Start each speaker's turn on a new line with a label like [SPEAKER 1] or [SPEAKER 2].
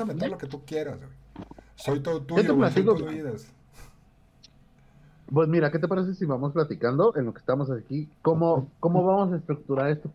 [SPEAKER 1] inventar lo que tú quieras, güey. Soy todo
[SPEAKER 2] te
[SPEAKER 1] tuyo, güey. soy
[SPEAKER 2] platico,
[SPEAKER 1] todo
[SPEAKER 2] güey.
[SPEAKER 1] oídas.
[SPEAKER 2] Pues mira, ¿qué te parece si vamos platicando en lo que estamos aquí? ¿Cómo, cómo vamos a estructurar esto